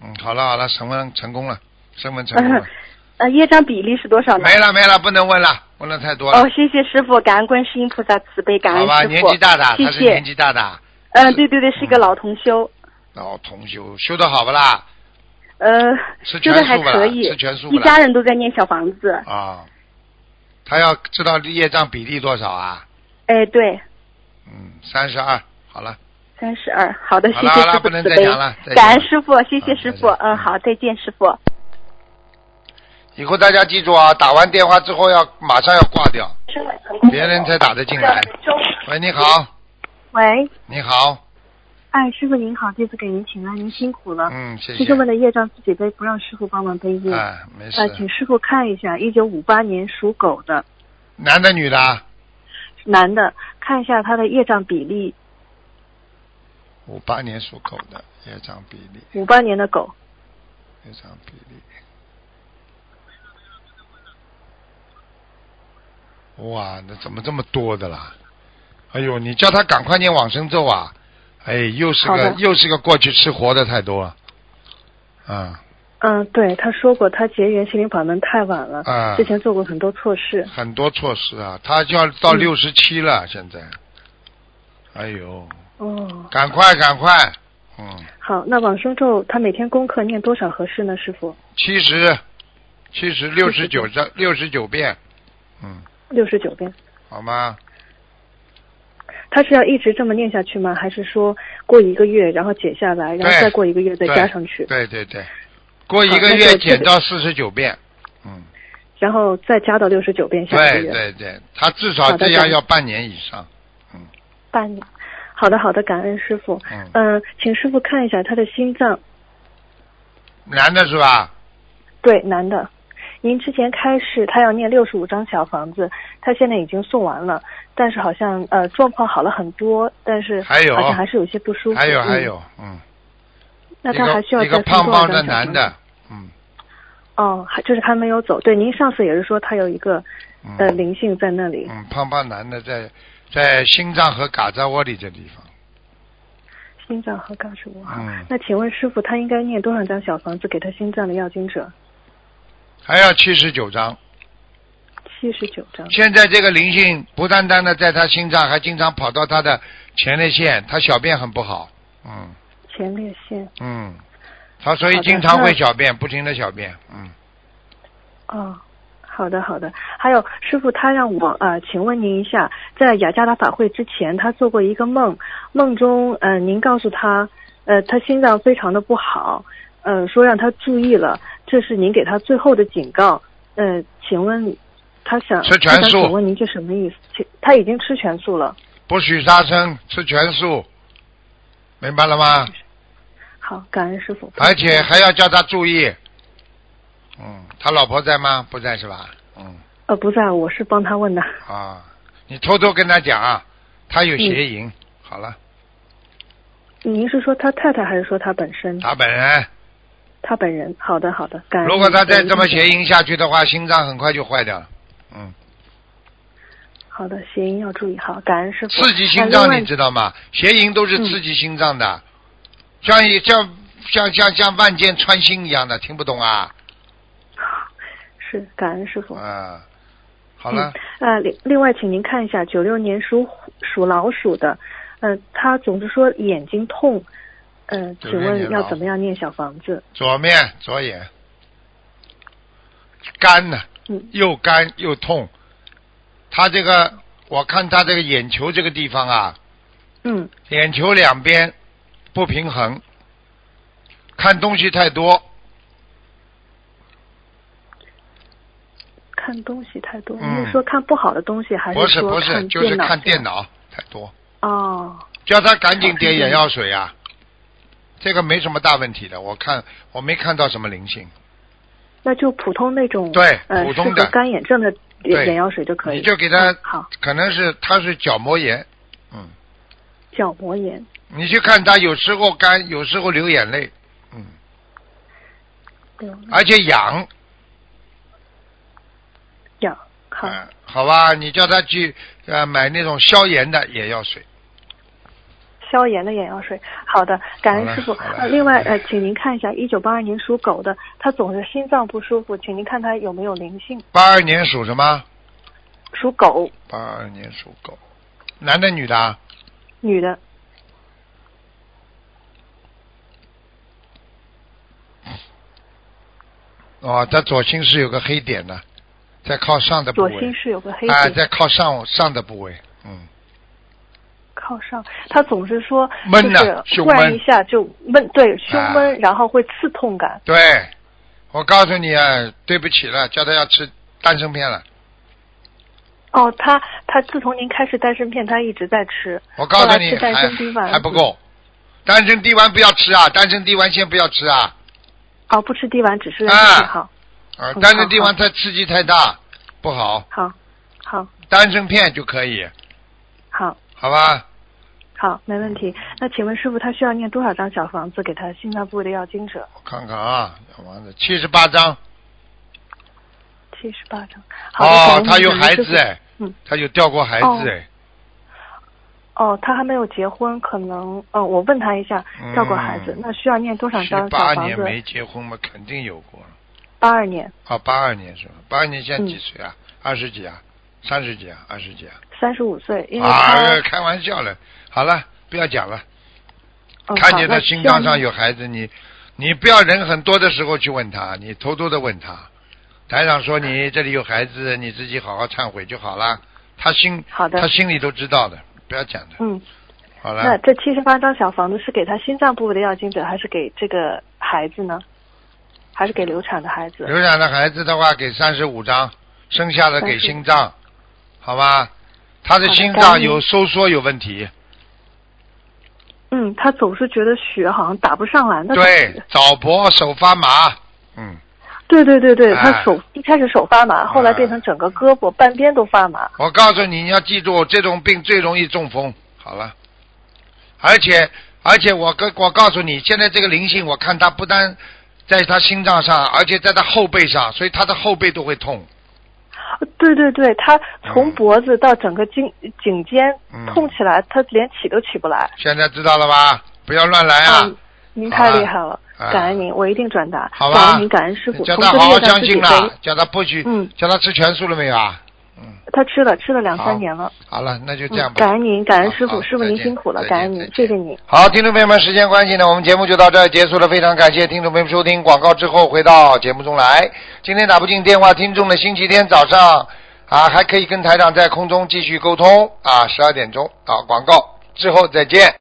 Speaker 1: 嗯，好了好了，审问成功了，审问成功
Speaker 7: (laughs)
Speaker 1: 了，
Speaker 7: (laughs) 呃，业障比例是多少呢？
Speaker 1: 没了没了，不能问了，问了太多了
Speaker 7: 哦，。谢谢师傅，感恩观世音菩萨慈悲，感恩
Speaker 1: 好
Speaker 7: 师傅。
Speaker 1: 吧，年纪大的，
Speaker 7: 谢
Speaker 1: 他是
Speaker 7: 谢
Speaker 1: 年。纪大的，
Speaker 7: 嗯、对对对，是个老同修。
Speaker 1: 老同修修的好不啦？
Speaker 7: 呃
Speaker 1: 吃，
Speaker 7: 修
Speaker 1: 全
Speaker 7: 的还
Speaker 1: 素不啦
Speaker 7: 可以
Speaker 1: 吃全素，不
Speaker 7: 一
Speaker 1: 啦
Speaker 7: 家人都在念小房子。
Speaker 1: 啊，他要知道业障比例多少啊？
Speaker 7: 哎，对，
Speaker 1: 嗯，三十二，好了，
Speaker 7: 三十二。好的，
Speaker 1: 好
Speaker 7: 谢
Speaker 1: 了
Speaker 7: 谢
Speaker 1: 好了
Speaker 7: 师
Speaker 1: 不
Speaker 7: 傅
Speaker 1: 能
Speaker 7: 慈
Speaker 1: 再
Speaker 7: 悲
Speaker 1: 讲了再见，
Speaker 7: 感恩师傅，谢谢
Speaker 1: 嗯
Speaker 7: 师
Speaker 1: 再
Speaker 7: 傅。
Speaker 1: 见
Speaker 7: 嗯，好，再见，师傅。
Speaker 1: 以后大家记住啊，打完电话之后要马上要挂掉，别人才打得进来。喂，你好，
Speaker 8: 喂，
Speaker 1: 你好，
Speaker 8: 哎，师傅您好，弟子给您请安，您辛苦了。
Speaker 1: 嗯，谢
Speaker 8: 师
Speaker 1: 谢
Speaker 8: 兄。们的业障自己背，不让师傅帮忙背业。
Speaker 1: 哎，没
Speaker 8: 呃，
Speaker 1: 事
Speaker 8: 请。师傅看一下，一九五八年属狗的
Speaker 1: 男的女的啊？
Speaker 8: 男的，看一下他的业障比例。
Speaker 1: 五八年属狗的，业障比例，
Speaker 8: 五八年的狗，
Speaker 1: 业障比例。哇，那怎么这么多的啦？哎呦，你叫他赶快念往生咒啊！哎，又是
Speaker 8: 好
Speaker 1: 个
Speaker 8: 的
Speaker 1: 又是个过去吃活的太多了，啊、
Speaker 8: 嗯、对，他说过他结缘心灵法门太晚了，
Speaker 1: 啊
Speaker 8: 之前做过很多错事。
Speaker 1: 很多措施啊，他就要到
Speaker 8: 嗯
Speaker 1: 六十七了，现在。哎呦，
Speaker 8: 哦，
Speaker 1: 赶快赶快，嗯，
Speaker 8: 好，那往生咒他每天功课念多少合适呢，师傅？
Speaker 1: 七十，七十六十九张六十九遍，嗯，
Speaker 8: 六十九遍。
Speaker 1: 好吗？
Speaker 8: 他是要一直这么念下去吗？还是说过一个月然后解下来，然后
Speaker 1: 对
Speaker 8: 再过一个月再
Speaker 1: 对
Speaker 8: 加上去，
Speaker 1: 对对对，过一
Speaker 8: 好
Speaker 1: 个
Speaker 8: 那就
Speaker 1: 月
Speaker 8: 这
Speaker 1: 减
Speaker 8: 个
Speaker 1: 到四十九遍，嗯，
Speaker 8: 然后再加到六十九遍下个
Speaker 1: 对
Speaker 8: 月？
Speaker 1: 对对，他至少
Speaker 8: 好的
Speaker 1: 这样
Speaker 8: 感
Speaker 1: 要半年以上，
Speaker 8: 半年。好的好的，感恩师傅。
Speaker 1: 嗯，
Speaker 8: 嗯、请师傅看一下他的心脏，
Speaker 1: 男的是吧？
Speaker 8: 对，男的。您之前开示他要念六十五张小房子，他现在已经送完了，但是好像呃状况好了很多，但是
Speaker 1: 还有
Speaker 8: 好像还是有些不舒服。
Speaker 1: 还有还
Speaker 8: 嗯，
Speaker 1: 有，嗯，
Speaker 8: 那
Speaker 1: 一
Speaker 8: 他还需要
Speaker 1: 个一个
Speaker 8: 再送
Speaker 1: 胖
Speaker 8: 多少
Speaker 1: 胖的
Speaker 8: 张小房
Speaker 1: 男
Speaker 8: 子
Speaker 1: 的，嗯
Speaker 8: 哦，还就是还没有走。对，您上次也是说他有一个呃
Speaker 1: 嗯
Speaker 8: 灵性在那里，
Speaker 1: 嗯，胖胖男的在在心脏和嘎扎窝里这地方，
Speaker 8: 心脏和告诉我。
Speaker 1: 嗯，
Speaker 8: 那请问师傅，他应该念多少张小房子给他心脏的要经者？
Speaker 1: 还要七十九张。
Speaker 8: 七十九张。
Speaker 1: 现在这个灵性不单单的在他心脏，还经常跑到他的前列腺，他小便很不好，嗯。
Speaker 8: 前列腺
Speaker 1: 嗯，他所以
Speaker 8: 好的
Speaker 1: 经常
Speaker 8: 那
Speaker 1: 会小便，不停的小便，嗯，
Speaker 8: 哦，好的好的。还有师傅，他让我呃，请问您一下，在雅加达法会之前，他做过一个梦，梦中呃，您告诉他，呃，他心脏非常的不好，呃，说让他注意了，这是您给他最后的警告。呃，请问他想
Speaker 1: 吃全
Speaker 8: 他想
Speaker 1: 素
Speaker 8: 请问您这什么意思？请他已经吃全素了。
Speaker 1: 不许杀生，吃全素，明白了吗？
Speaker 8: 好，感恩师傅。
Speaker 1: 而且还要叫他注意。嗯，他老婆在吗？不在是吧？嗯，
Speaker 8: 呃，不在，我是帮他问的。
Speaker 1: 啊，你偷偷跟他讲啊，他有邪淫。好了，
Speaker 8: 您是说他太太还是说他本身？
Speaker 1: 他本人，
Speaker 8: 他本人。好的，好的，感恩。
Speaker 1: 如果他再这么
Speaker 8: 感恩
Speaker 1: 邪淫下去的话，心脏很快就坏掉了。嗯，
Speaker 8: 好的，谐音要注意好，感恩师傅。
Speaker 1: 刺激心
Speaker 8: 啊另
Speaker 1: 脏，
Speaker 8: 外
Speaker 1: 你知道吗？邪淫都是刺激心脏的，像一像像像像万箭穿心一样的，听不懂啊？
Speaker 8: 是感恩师傅。
Speaker 1: 啊，好了，
Speaker 8: 嗯。呃，另另外，请您看一下九六年属虎属老鼠的，呃，他总是说眼睛痛，呃，
Speaker 1: 96
Speaker 8: 请问
Speaker 1: 年
Speaker 8: 要
Speaker 1: 老
Speaker 8: 怎么样念小房子？
Speaker 1: 左面左眼干呢、
Speaker 8: 嗯
Speaker 1: 又干又痛。他这个，我看他这个眼球这个地方啊，
Speaker 8: 嗯，
Speaker 1: 眼球两边不平衡，看东西太多，
Speaker 8: 看东西太多，
Speaker 1: 嗯
Speaker 8: 您是说看不好的东西，还
Speaker 1: 不是
Speaker 8: 说
Speaker 1: 不是，
Speaker 8: 看
Speaker 1: 就是看电
Speaker 8: 脑
Speaker 1: 脑太多，
Speaker 8: 吧？哦，
Speaker 1: 叫他赶紧点眼药水啊。这个没什么大问题的，我看我没看到什么灵性，
Speaker 8: 那就普通那种
Speaker 1: 对
Speaker 8: 呃
Speaker 1: 普通的
Speaker 8: 适合干眼症的
Speaker 1: 对
Speaker 8: 眼眼药水就可以。
Speaker 1: 你就给他
Speaker 8: 嗯好
Speaker 1: 可能是他是角膜炎，嗯，
Speaker 8: 角膜炎。
Speaker 1: 你去看他有时候干，有时候流眼泪，嗯，
Speaker 8: 对吧
Speaker 1: 而且
Speaker 8: 嗯
Speaker 1: 痒，
Speaker 8: 痒，好，
Speaker 1: 嗯好吧，你叫他去呃买那种消炎的眼药水，
Speaker 8: 消炎的眼药水。好的，感
Speaker 1: 好
Speaker 8: 恩
Speaker 1: 嘞
Speaker 8: 师傅。
Speaker 1: 好嘞
Speaker 8: 呃，另外呃，请您看一下，一九八二年属狗的，他总是心脏不舒服，请您看他有没有灵性。
Speaker 1: 八二年属什么？
Speaker 8: 属狗，
Speaker 1: 八二年属狗，男的女的啊？
Speaker 8: 女的，
Speaker 1: 哦，他左心室有个黑点的，在靠上的部
Speaker 8: 左心
Speaker 1: 位，
Speaker 8: 室有个黑
Speaker 1: 啊，
Speaker 8: 点，
Speaker 1: 在靠上上的部位，嗯，
Speaker 8: 靠上。他总是说
Speaker 1: 闷
Speaker 8: 就
Speaker 1: 呐
Speaker 8: 是
Speaker 1: 胸
Speaker 8: 灌
Speaker 1: 闷
Speaker 8: 一下就闷，对，胸
Speaker 1: 啊
Speaker 8: 闷，然后会刺痛感。
Speaker 1: 对，我告诉你啊，对不起了，叫他要吃丹参片了。
Speaker 8: 哦，他他自从您开始丹参片，他一直在吃。
Speaker 1: 我告诉
Speaker 8: 后来
Speaker 1: 你，
Speaker 8: 吃丹
Speaker 1: 还
Speaker 8: 参地丸
Speaker 1: 还不够，丹参地丸不要吃啊，丹参地丸先不要吃啊，
Speaker 8: 哦，不吃地丸，只是
Speaker 1: 啊
Speaker 8: 好，
Speaker 1: 啊，
Speaker 8: 嗯
Speaker 1: 丹参地丸
Speaker 8: 好
Speaker 1: 太刺激太大，不好，
Speaker 8: 好，好，
Speaker 1: 丹参片就可以，
Speaker 8: 好，
Speaker 1: 好吧？
Speaker 8: 好，没问题。那请问师傅，他需要念多少张小房子给他心脏部位的要经者？
Speaker 1: 我看看啊，王子七十八章，
Speaker 8: 七十八张。好的感
Speaker 1: 哦，
Speaker 8: 恩
Speaker 1: 他有
Speaker 8: 您
Speaker 1: 孩
Speaker 8: 师
Speaker 1: 子
Speaker 8: 傅
Speaker 1: 哎，
Speaker 8: 嗯
Speaker 1: 他有掉过孩子哎，
Speaker 8: 哦，他还没有结婚，可能嗯、我问他一下，照顾孩子，
Speaker 1: 嗯
Speaker 8: 那需要念多少
Speaker 1: 七
Speaker 8: 张小
Speaker 1: 八
Speaker 8: 房
Speaker 1: 年
Speaker 8: 子？
Speaker 1: 没结婚嘛，肯定有过了。
Speaker 8: 八二年，
Speaker 1: 啊，八二年是吧？八二年现在
Speaker 8: 嗯
Speaker 1: 几岁啊？二十几啊？三十几啊？二十几啊？
Speaker 8: 三十五岁，因为他、
Speaker 1: 啊，开玩笑了。好了，不要讲了。
Speaker 8: 嗯、
Speaker 1: 看见
Speaker 8: 好
Speaker 1: 他
Speaker 8: 那
Speaker 1: 心
Speaker 8: 需要
Speaker 1: 脏上
Speaker 8: 念
Speaker 1: 有孩子，你你不要人很多的时候去问他，你偷偷的问他。台长说你这里有孩子，你自己好好忏悔就好了。他心
Speaker 8: 好的
Speaker 1: 他心里都知道的，不要讲的。
Speaker 8: 嗯，
Speaker 1: 好
Speaker 8: 那
Speaker 1: 了，
Speaker 8: 这七十八张小房子是给他心脏部位的要经者，还是给这个孩子呢？还是给流产的孩子？
Speaker 1: 流产的孩子的话，给三十五张，生下的给
Speaker 8: 35
Speaker 1: 心脏，好吧？他的
Speaker 8: 好的
Speaker 1: 心
Speaker 8: 感
Speaker 1: 脏
Speaker 8: 恩
Speaker 1: 有
Speaker 8: 您
Speaker 1: 收缩有问题，
Speaker 8: 嗯，他总是觉得血好像打不上来。那
Speaker 1: 对，早搏手发麻，嗯，
Speaker 8: 对对对对，
Speaker 1: 哎嗯
Speaker 8: 他手一开始手发麻，后来变成整个胳膊半边都发麻。
Speaker 1: 我告诉你，你要记住，这种病最容易中风。好了，而且而且我跟我告诉你，现在这个灵性，我看他不单在他心脏上，而且在他后背上，所以他的后背都会痛。
Speaker 8: (laughs) 对对对，他从
Speaker 1: 嗯
Speaker 8: 脖子到整个颈颈肩
Speaker 1: 嗯
Speaker 8: 痛起来，他连起都起不来。
Speaker 1: 现在知道了吧？不要乱来啊！
Speaker 8: 嗯，您
Speaker 1: 好吧
Speaker 8: 太厉害了，
Speaker 1: 啊
Speaker 8: 感恩您，我一定转达。
Speaker 1: 好吧
Speaker 8: 感恩您，感恩师傅。
Speaker 1: 叫
Speaker 8: 同
Speaker 1: 他
Speaker 8: 时
Speaker 1: 好好
Speaker 8: 愿他
Speaker 1: 相
Speaker 8: 自己
Speaker 1: 信
Speaker 8: 背。
Speaker 1: 了，叫他不许，
Speaker 8: 嗯
Speaker 1: 叫他吃全素了没有啊？嗯，
Speaker 8: 他吃了吃了两
Speaker 1: 好
Speaker 8: 三年了。
Speaker 1: 好了，那就这样
Speaker 8: 嗯，
Speaker 1: 吧。
Speaker 8: 感恩您，感恩师
Speaker 1: 好
Speaker 8: 傅，
Speaker 1: 好
Speaker 8: 师傅
Speaker 1: 再
Speaker 8: 您
Speaker 1: 见
Speaker 8: 辛苦了
Speaker 1: 再，见
Speaker 8: 感恩您
Speaker 1: 再，见
Speaker 8: 谢谢您。
Speaker 1: 好，听众朋友们，时间关系呢，我们节目就到这儿结束了。非常感谢听众朋友们收听广告之后回到节目中来。今天打不进电话，听众呢星期天早上啊还可以跟台长在空中继续沟通啊，十二点钟啊广告之后再见。